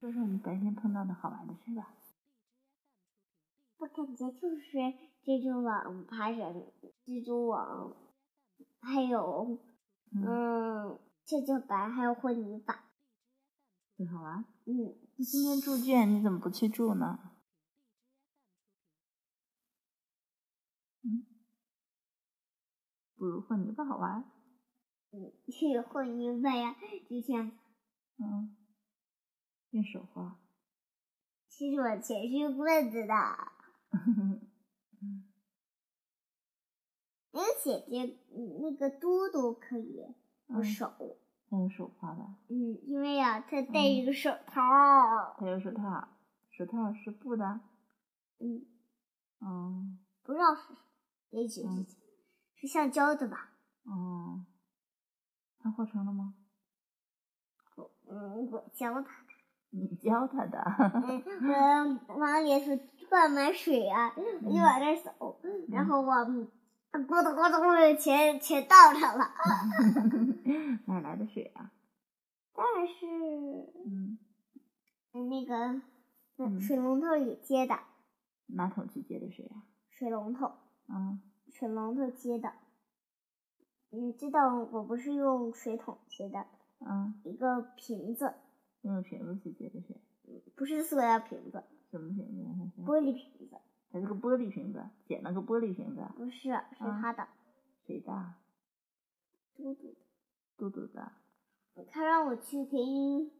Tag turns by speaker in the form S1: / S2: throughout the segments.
S1: 说说你白天碰到的好玩的事吧。
S2: 我感觉就是蜘蛛网、爬绳、蜘蛛网，还有嗯，跷跷板，还有混泥板。
S1: 很好玩。
S2: 嗯，
S1: 你今天住院，你怎么不去住呢？嗯，不如混泥巴好玩。
S2: 去嗯混泥板呀，就像
S1: 嗯，练手画。
S2: 其实我全是棍子的，而且这嗯那个嘟嘟可以有
S1: 嗯
S2: 手。
S1: 还有手画的，
S2: 嗯，因为呀、他戴一
S1: 嗯
S2: 个手套儿。
S1: 还有手套，手套是布的。
S2: 嗯，
S1: 嗯
S2: 不知道是什么，也许
S1: 嗯
S2: 是是橡胶的吧。
S1: 嗯，他画成了吗？
S2: 嗯，我教他。
S1: 你教他的。
S2: 嗯，我往里头灌满水啊，我就往那儿走，然后我嗯咕嘟咕嘟全全倒上了。
S1: 哪儿来的水啊？
S2: 但是
S1: 嗯，
S2: 那个
S1: 嗯
S2: 嗯水龙头里接的，
S1: 马桶去接的水啊？
S2: 水龙头，
S1: 嗯
S2: 水龙头接的。你知道我不是用水桶接的，
S1: 嗯，
S2: 一个瓶子，
S1: 用瓶子去接的水，
S2: 不是塑料瓶子，
S1: 什么瓶子？看看
S2: 玻璃瓶子，
S1: 还是个玻璃瓶子，捡了个玻璃瓶子，
S2: 不是，是他的。
S1: 谁的？
S2: 嘟嘟，
S1: 嘟嘟的。
S2: 他让我去给你，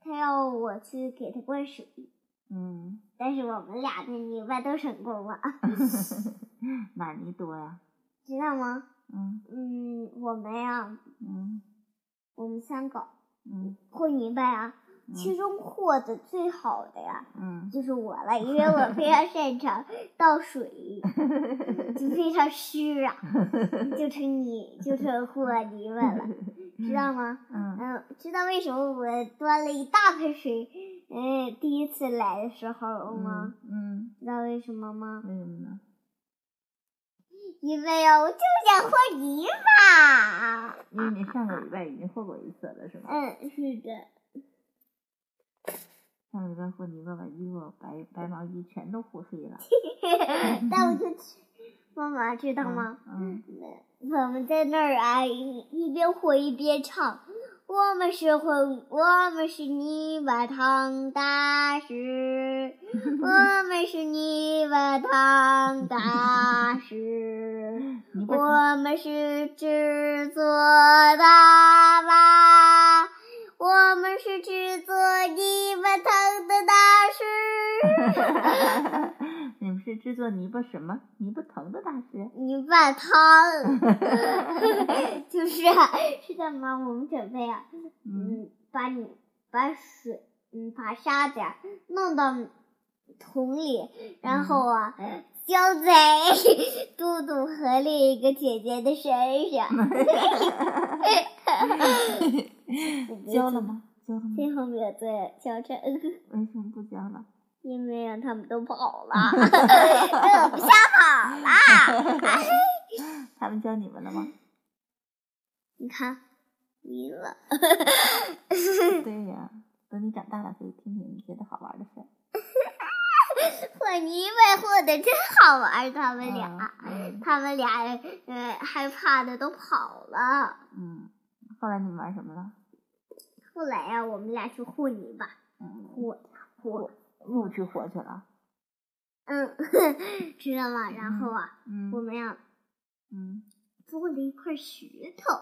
S2: 他要我去给他灌水，
S1: 嗯，
S2: 但是我们俩的泥巴都成功了，
S1: 哪泥多呀？
S2: 啊知道吗？
S1: 嗯
S2: 嗯，我们呀、
S1: 嗯
S2: 我们三个
S1: 嗯
S2: 混泥巴呀、
S1: 嗯
S2: 啊其中和的最好的呀，
S1: 嗯，
S2: 就是我了，因为我非常擅长倒水，就非常湿啊，就成泥，就成和泥巴了，知道吗？
S1: 嗯
S2: 嗯，知道为什么我端了一大盆水，嗯，第一次来的时候吗？
S1: 嗯，
S2: 知道为什么吗？
S1: 为什么呢？
S2: 因为啊，我就想和泥巴。啊
S1: 因为你上个礼拜已经和过一次了，是吗？
S2: 嗯，是的，
S1: 上个礼拜和泥巴把衣服、白白毛衣全都和黑了，
S2: 但我就去，妈妈知道吗？
S1: 嗯
S2: 我们在那儿啊，一一边和一边唱。我们是混，我们是泥巴糖大师， 我们是泥巴糖大师。
S1: 泥巴糖
S2: 我们是制作大巴，我们是制作泥巴糖的大师。
S1: 你们是制作泥巴什么泥巴疼的大师？
S2: 泥巴汤， 就是啊是的吗？我们准备啊，
S1: 嗯
S2: 嗯，把你把水，嗯，把沙子啊弄到桶里，然后啊，
S1: 嗯
S2: 浇在嘟嘟和另一个姐姐的身上。嗯
S1: 教了吗？教了吗？
S2: 最后没有做教程，
S1: 为什么不教了？
S2: 因为让他们都跑了， 让我不想跑了。
S1: 他们教你们了吗？
S2: 你看，晕了。
S1: 对呀，等你长大了可以听听你觉得好玩的事儿。
S2: 混泥巴混的真好玩儿，他们俩，
S1: 嗯
S2: 他们俩呃害怕的都跑了。
S1: 嗯，后来你们玩什么了？
S2: 后来呀、我们俩去混泥巴，
S1: 嗯，
S2: 混混，
S1: 又去活去了。
S2: 嗯， 知道吗？然后啊，
S1: 嗯
S2: 我们呀、
S1: 嗯，
S2: 做了一块石头，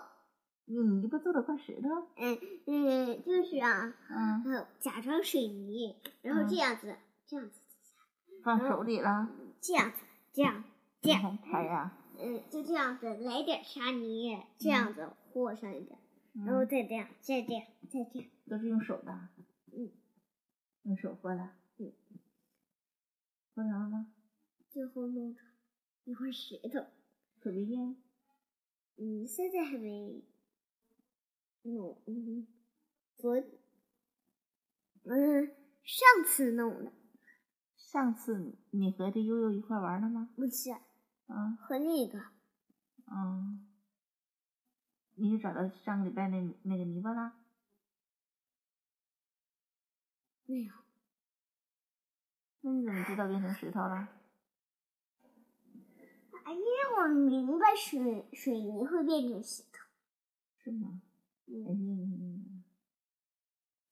S1: 你泥巴做了块石头。
S2: 嗯嗯，就是啊，
S1: 嗯，
S2: 嗯，假装水泥，然后
S1: 嗯
S2: 这样子，这样子，
S1: 放手里了。
S2: 这样子，这样，这样，
S1: 样拍呀。
S2: 嗯，就这样子，来点沙泥，这样子和上一点，
S1: 嗯
S2: 然后再这样，再这样，再这样，
S1: 都是用手的。
S2: 嗯，
S1: 用手和的。
S2: 嗯，
S1: 和成了吗？
S2: 最后弄成一块石头。
S1: 可别硬。
S2: 嗯，现在还没弄，嗯，昨，嗯，上次弄的，
S1: 上次你你和这悠悠一块玩了吗？
S2: 不是
S1: 嗯
S2: 和那个，
S1: 嗯，你就找到上个礼拜那那个泥巴啦？
S2: 那样。
S1: 那你怎么知道变成石头了？
S2: 哎，因为我明白水水泥会变成石头，
S1: 是吗？哎呀
S2: 嗯，
S1: 嗯，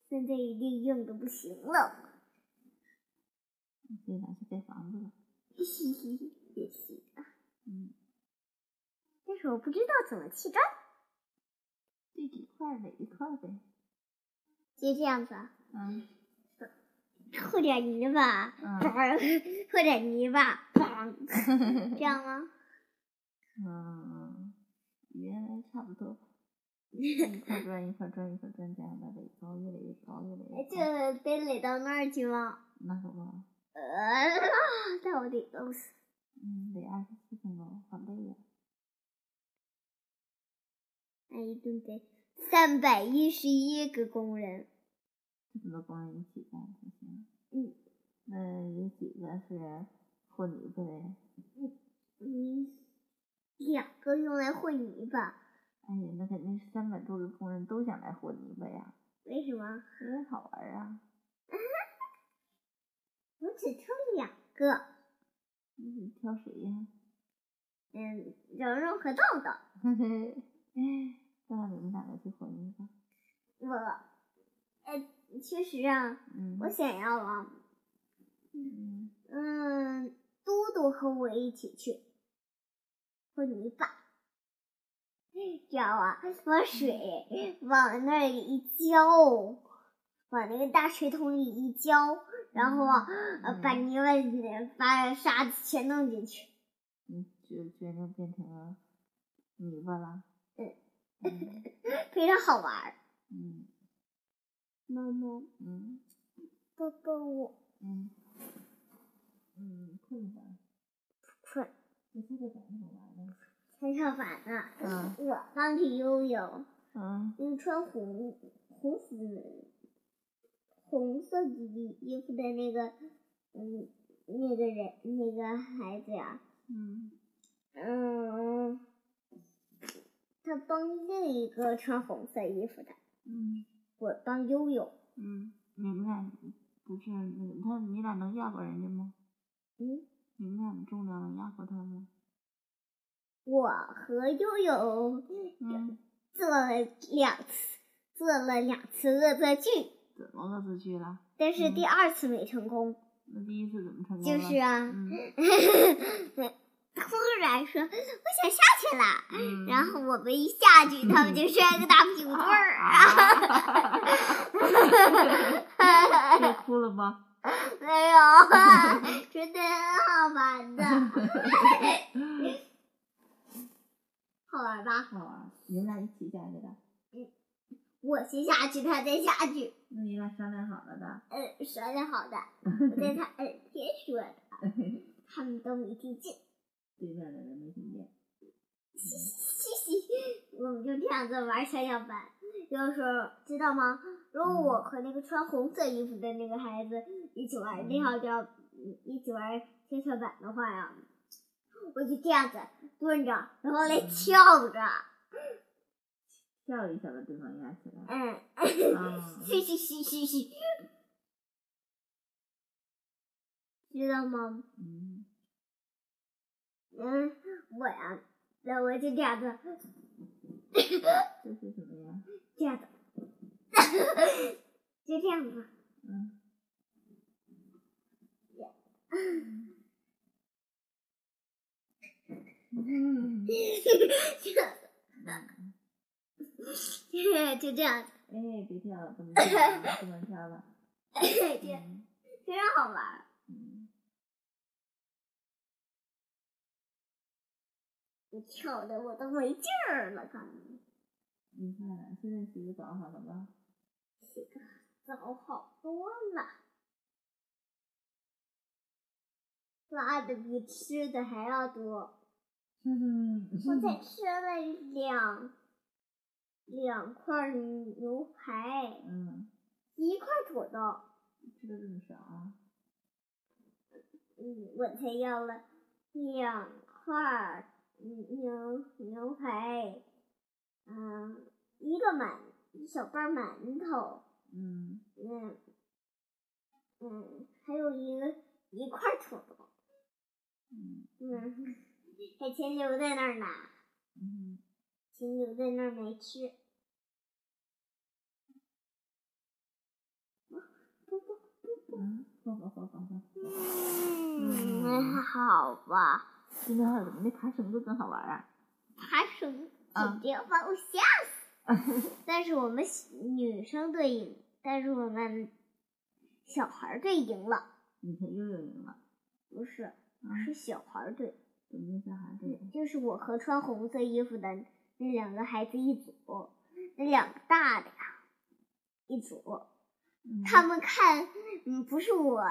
S2: 现在已经硬的不行了。
S1: 嗯可以拿去盖房子了。
S2: 嘿嘿嘿，也行。
S1: 嗯，
S2: 但是我不知道怎么砌砖，
S1: 这几块儿垒一块儿呗。
S2: 就这样子啊，
S1: 嗯
S2: 和点泥巴，
S1: 嗯
S2: 嘣，和点泥巴，嘣，这样吗？
S1: 嗯，原来差不多。一块砖一块砖一块砖这样的垒高，越垒越高，越垒
S2: 哎
S1: 越高。
S2: 这得垒到那儿去吗？
S1: 那可不，
S2: 呃， 但我得饿死。
S1: 嗯，得二十七分钟，好累呀、
S2: 那哎一定得三百一十一个工人。
S1: 这么多工人一起干才行。
S2: 嗯，
S1: 那有几个是和泥巴的？
S2: 嗯，两个用来混泥巴，
S1: 哎呀，那肯定是三百多个工人都想来和泥巴呀，
S2: 为什么？
S1: 因为好玩儿啊。
S2: 我只挑两个。
S1: 你得挑谁呀？
S2: 嗯，蓉蓉和豆豆，
S1: 嘿嘿，知道你们哪个去和泥巴？
S2: 我，呃，其实啊，
S1: 嗯，
S2: 我想要啊，
S1: 嗯，
S2: 嗯，嘟嘟和我一起去混泥巴，这样啊，
S1: 哎
S2: 往水往那里一浇，往那个大水桶里一浇，然后啊，呃把
S1: 嗯
S2: 泥巴、把沙子全弄进去。
S1: 你就决定变成了泥巴了。
S2: 嗯
S1: 嗯
S2: 非常好玩儿。
S1: 嗯
S2: 妈妈，
S1: 嗯
S2: 抱抱我，
S1: 嗯嗯，困吧？
S2: 快
S1: 就这个咋那么玩呢？
S2: 才上完呢。
S1: 嗯
S2: 我帮你悠悠，
S1: 嗯
S2: 你穿红红紫红色的衣服的那个，嗯，那个人那个孩子呀、
S1: 嗯，
S2: 嗯，他帮另一个穿红色衣服的，
S1: 嗯
S2: 我帮悠悠。
S1: 嗯，你们俩不是你他你俩能压过人家吗？
S2: 嗯，
S1: 你们俩的重量能压过他吗？
S2: 我和悠悠
S1: 嗯，
S2: 做了两次，做了两次恶作剧。
S1: 怎么恶作剧了？
S2: 但是
S1: 嗯
S2: 第二次没成功，
S1: 那第一次怎么成功
S2: 就
S1: 了？
S2: 是啊，
S1: 嗯
S2: 突然说我想下去了，
S1: 嗯，
S2: 然后我们一下去，他们就摔个大屁股墩儿 啊！
S1: 别哭了吧？
S2: 没有 啊，真的很好玩的， 好玩吧？
S1: 好玩儿，你们俩一起下去的，
S2: 我先下去，他再下去，
S1: 那你俩商量好了的。
S2: 呃，说的好的，我在他耳边说的，他们都没听见。
S1: 对面的人没听见。
S2: 嘻嘻， 我们就这样子玩小样板。有时候知道吗？如果我和那个穿红色衣服的那个孩子一起玩，
S1: 嗯
S2: 那样叫嗯一起玩跷跷板的话呀，我就这样子蹲着，然后来翘着，
S1: 跳一下把对方压起来。
S2: 嗯，
S1: 啊，
S2: 嘻嘻嘻嘻嘻，知道吗？
S1: 嗯，
S2: 嗯，我呀，那我就这样子，
S1: 这是什么呀？
S2: 这样子， 就这样子。
S1: 嗯，嗯，
S2: 就这样，
S1: 哎，别跳了，不能跳了，不能跳了。
S2: 这样
S1: 嗯
S2: 非常好玩儿。
S1: 嗯
S2: 我跳的我都没劲儿了，刚
S1: 你看，现在洗个澡好了吧？
S2: 澡好多了，拉的比吃的还要多。
S1: 嗯，
S2: 我才吃了两两块牛排，
S1: 嗯，
S2: 一块土豆。
S1: 吃的这么少啊？
S2: 嗯，我才要了两块儿嗯牛牛排，嗯，一个馒一小半儿馒头，
S1: 嗯
S2: 嗯，还有一个一块土豆，
S1: 嗯
S2: 嗯，还停留在那儿呢，
S1: 嗯，
S2: 停留在那儿没吃。
S1: 嗯，好好好好好。
S2: 嗯，好吧，
S1: 今天还有什么？那爬绳子更好玩啊！
S2: 爬绳
S1: 啊
S2: 肯定把我吓死。 但是我们女生队赢，但是我们小孩儿队赢了，
S1: 你看又有赢了，
S2: 不是，
S1: 啊，
S2: 是小孩儿队，
S1: 怎么跟小孩子也
S2: 就是我和穿红色衣服的那两个孩子一组，那两个大的呀一组。
S1: 嗯
S2: 他们看，嗯，不是我，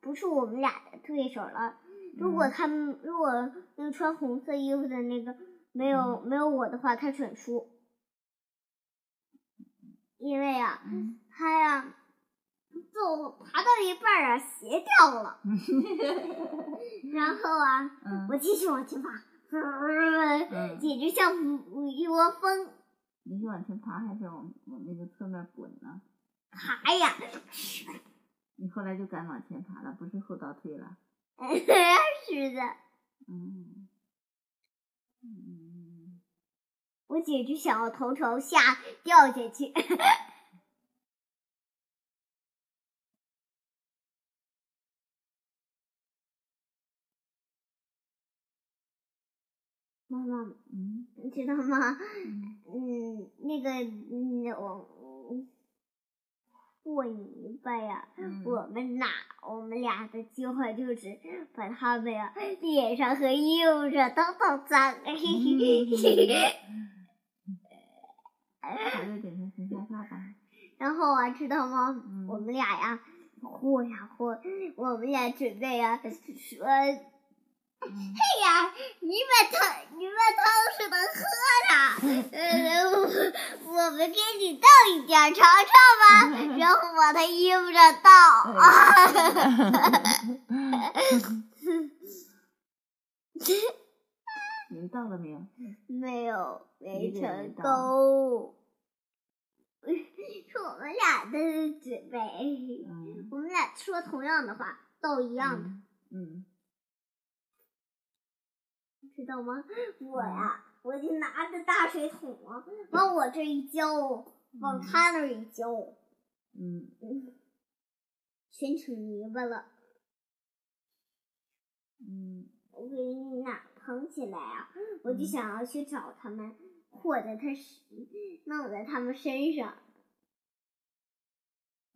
S2: 不是我们俩的对手了。如果
S1: 嗯
S2: 他们，如果那个穿红色衣服的那个没有、没有我的话，他准输。因为啊，
S1: 嗯
S2: 他呀、就爬到一半儿啊，鞋掉了，然后啊，
S1: 嗯
S2: 我继续往前爬，嗯简直像一窝蜂
S1: 你是往前爬还是往往那个侧面滚呢？
S2: 爬呀，
S1: 你后来就敢往前爬了，不是后倒退了。
S2: 是的。
S1: 嗯嗯，
S2: 我简直想要头朝下掉下去。 妈妈，
S1: 嗯
S2: 你知道吗？
S1: 嗯
S2: 嗯，那个，嗯，我和泥巴呀，
S1: 嗯
S2: 啊我们俩，我们俩的计划就是把他们呀脸上和衣服上都弄脏。嘿嘿嘿嘿。
S1: 爬在顶上先害怕吧。
S2: 然后啊，知道吗？
S1: 嗯
S2: 我们俩呀，嚯呀嚯，我们俩准备呀说，哎呀，
S1: 嗯
S2: 你把汤，你把汤水能喝的，呃，我我们给你倒一点儿尝尝吧，然后往他衣服上倒
S1: 哎
S2: 啊，
S1: 你到了没有？
S2: 没有，没
S1: 一个
S2: 成
S1: 人倒
S2: 功。 是我们俩的准备，
S1: 嗯，
S2: 我们俩说同样的话，倒一样的。
S1: 嗯。
S2: 知道吗？我呀，我就拿着大水桶啊，往我这一浇，往他那儿一浇，
S1: 嗯
S2: 嗯，全成泥巴了。
S1: 嗯
S2: 我给你哪捧起来啊？我就想要去找他们，或者他是弄在他们身上，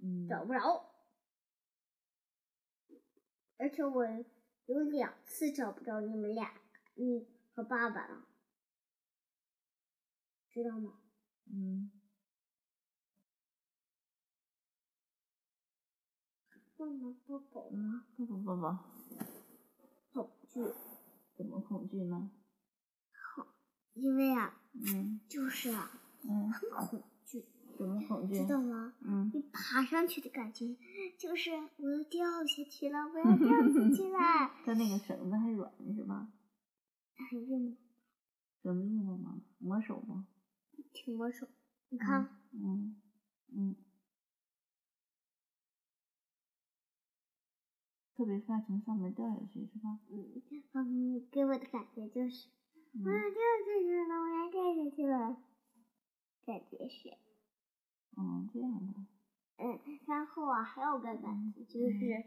S1: 嗯，
S2: 找不着。而且我有两次找不着你们俩，你和爸爸了，知道吗？
S1: 嗯
S2: 妈妈，抱抱。
S1: 嗯，不不不不，
S2: 恐惧，
S1: 怎么恐惧呢？
S2: 因为啊，
S1: 嗯
S2: 就是啊，
S1: 嗯，
S2: 很恐惧，
S1: 怎么恐惧
S2: 知？道吗？
S1: 嗯
S2: 你爬上去的感觉，就是我要掉下去了，我要掉下去了，
S1: 它那个绳子还软是吧？
S2: 很硬吗，
S1: 什么地方吗？磨手吗？
S2: 挺魔手。你看，
S1: 嗯嗯，特别怕从上面掉下去是吧？
S2: 嗯嗯，给我的感觉就是我要
S1: 嗯
S2: 掉下去了，我要掉下去了，感觉是。
S1: 哦，这样的。
S2: 嗯，然后啊，还有个感觉就
S1: 嗯
S2: 是，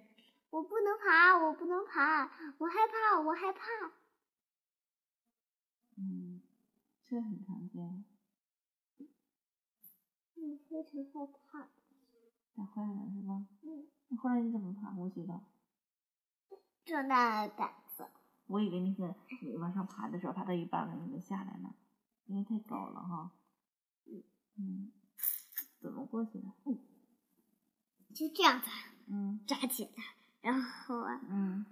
S2: 我不能爬，我不能爬，我害怕，我害怕。
S1: 嗯，这很常见，
S2: 嗯，非常害怕。
S1: 打坏了是吧？
S2: 嗯。
S1: 那后来你怎么爬过去的？
S2: 壮大的胆子。
S1: 我以为那个你往上爬的时候，爬到一半了，你没下来呢，因为太高了哈。嗯，怎么过去的？
S2: 就这样子
S1: 嗯
S2: 抓起来，然后啊，
S1: 嗯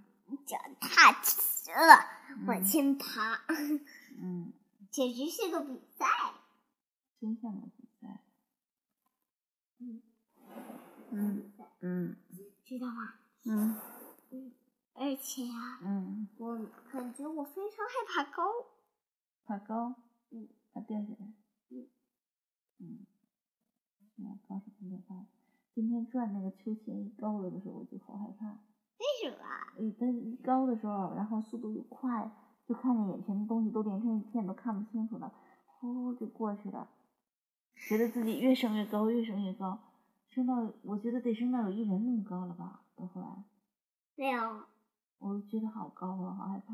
S2: 脚踏实了往
S1: 嗯
S2: 前爬，
S1: 嗯，
S2: 简直是个比赛。
S1: 真相的比赛。
S2: 嗯
S1: 嗯嗯
S2: 知道吗？
S1: 嗯
S2: 而且啊，
S1: 嗯，
S2: 我感觉我非常害怕高，
S1: 爬高，
S2: 嗯，
S1: 爬掉下来
S2: 嗯，
S1: 嗯，是啊，高是没有办法。今天中转那个秋千一高了的时候，我就好害怕。
S2: 为什么啊？
S1: 一它一高的时候，然后速度又快，就看见眼前的东西都连成一片，都看不清楚了，呼就过去了，觉得自己越升越高，越升越高，升到我觉得得升到有一人那么高了吧？到后来，
S2: 没有，
S1: 我觉得好高啊，好害怕，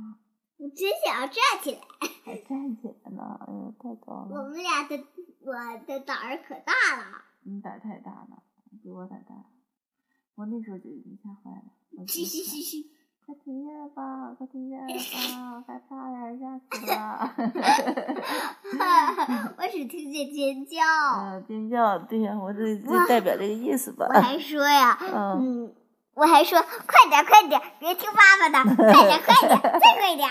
S2: 我只想要站起来。
S1: 还站起来呢，哎呦，太高
S2: 我
S1: 了，
S2: 们俩的我的胆儿可大了，
S1: 你胆儿太大了，你比我胆儿大，我那时候就已经吓坏了，我就
S2: 嘘嘘
S1: 想
S2: 嘘嘘，
S1: 快停下来吧，快停下来吧，害怕呀，吓死 了。
S2: 我只听见尖叫。
S1: 啊，尖叫，对呀、我这这
S2: 哇
S1: 代表这个意思吧
S2: 我。还说呀，
S1: 嗯，
S2: 嗯，我还说快点快点，别听爸爸的，快点快点，再快 点。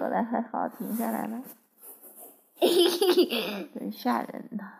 S1: 后来还好停下来了，真吓人呐。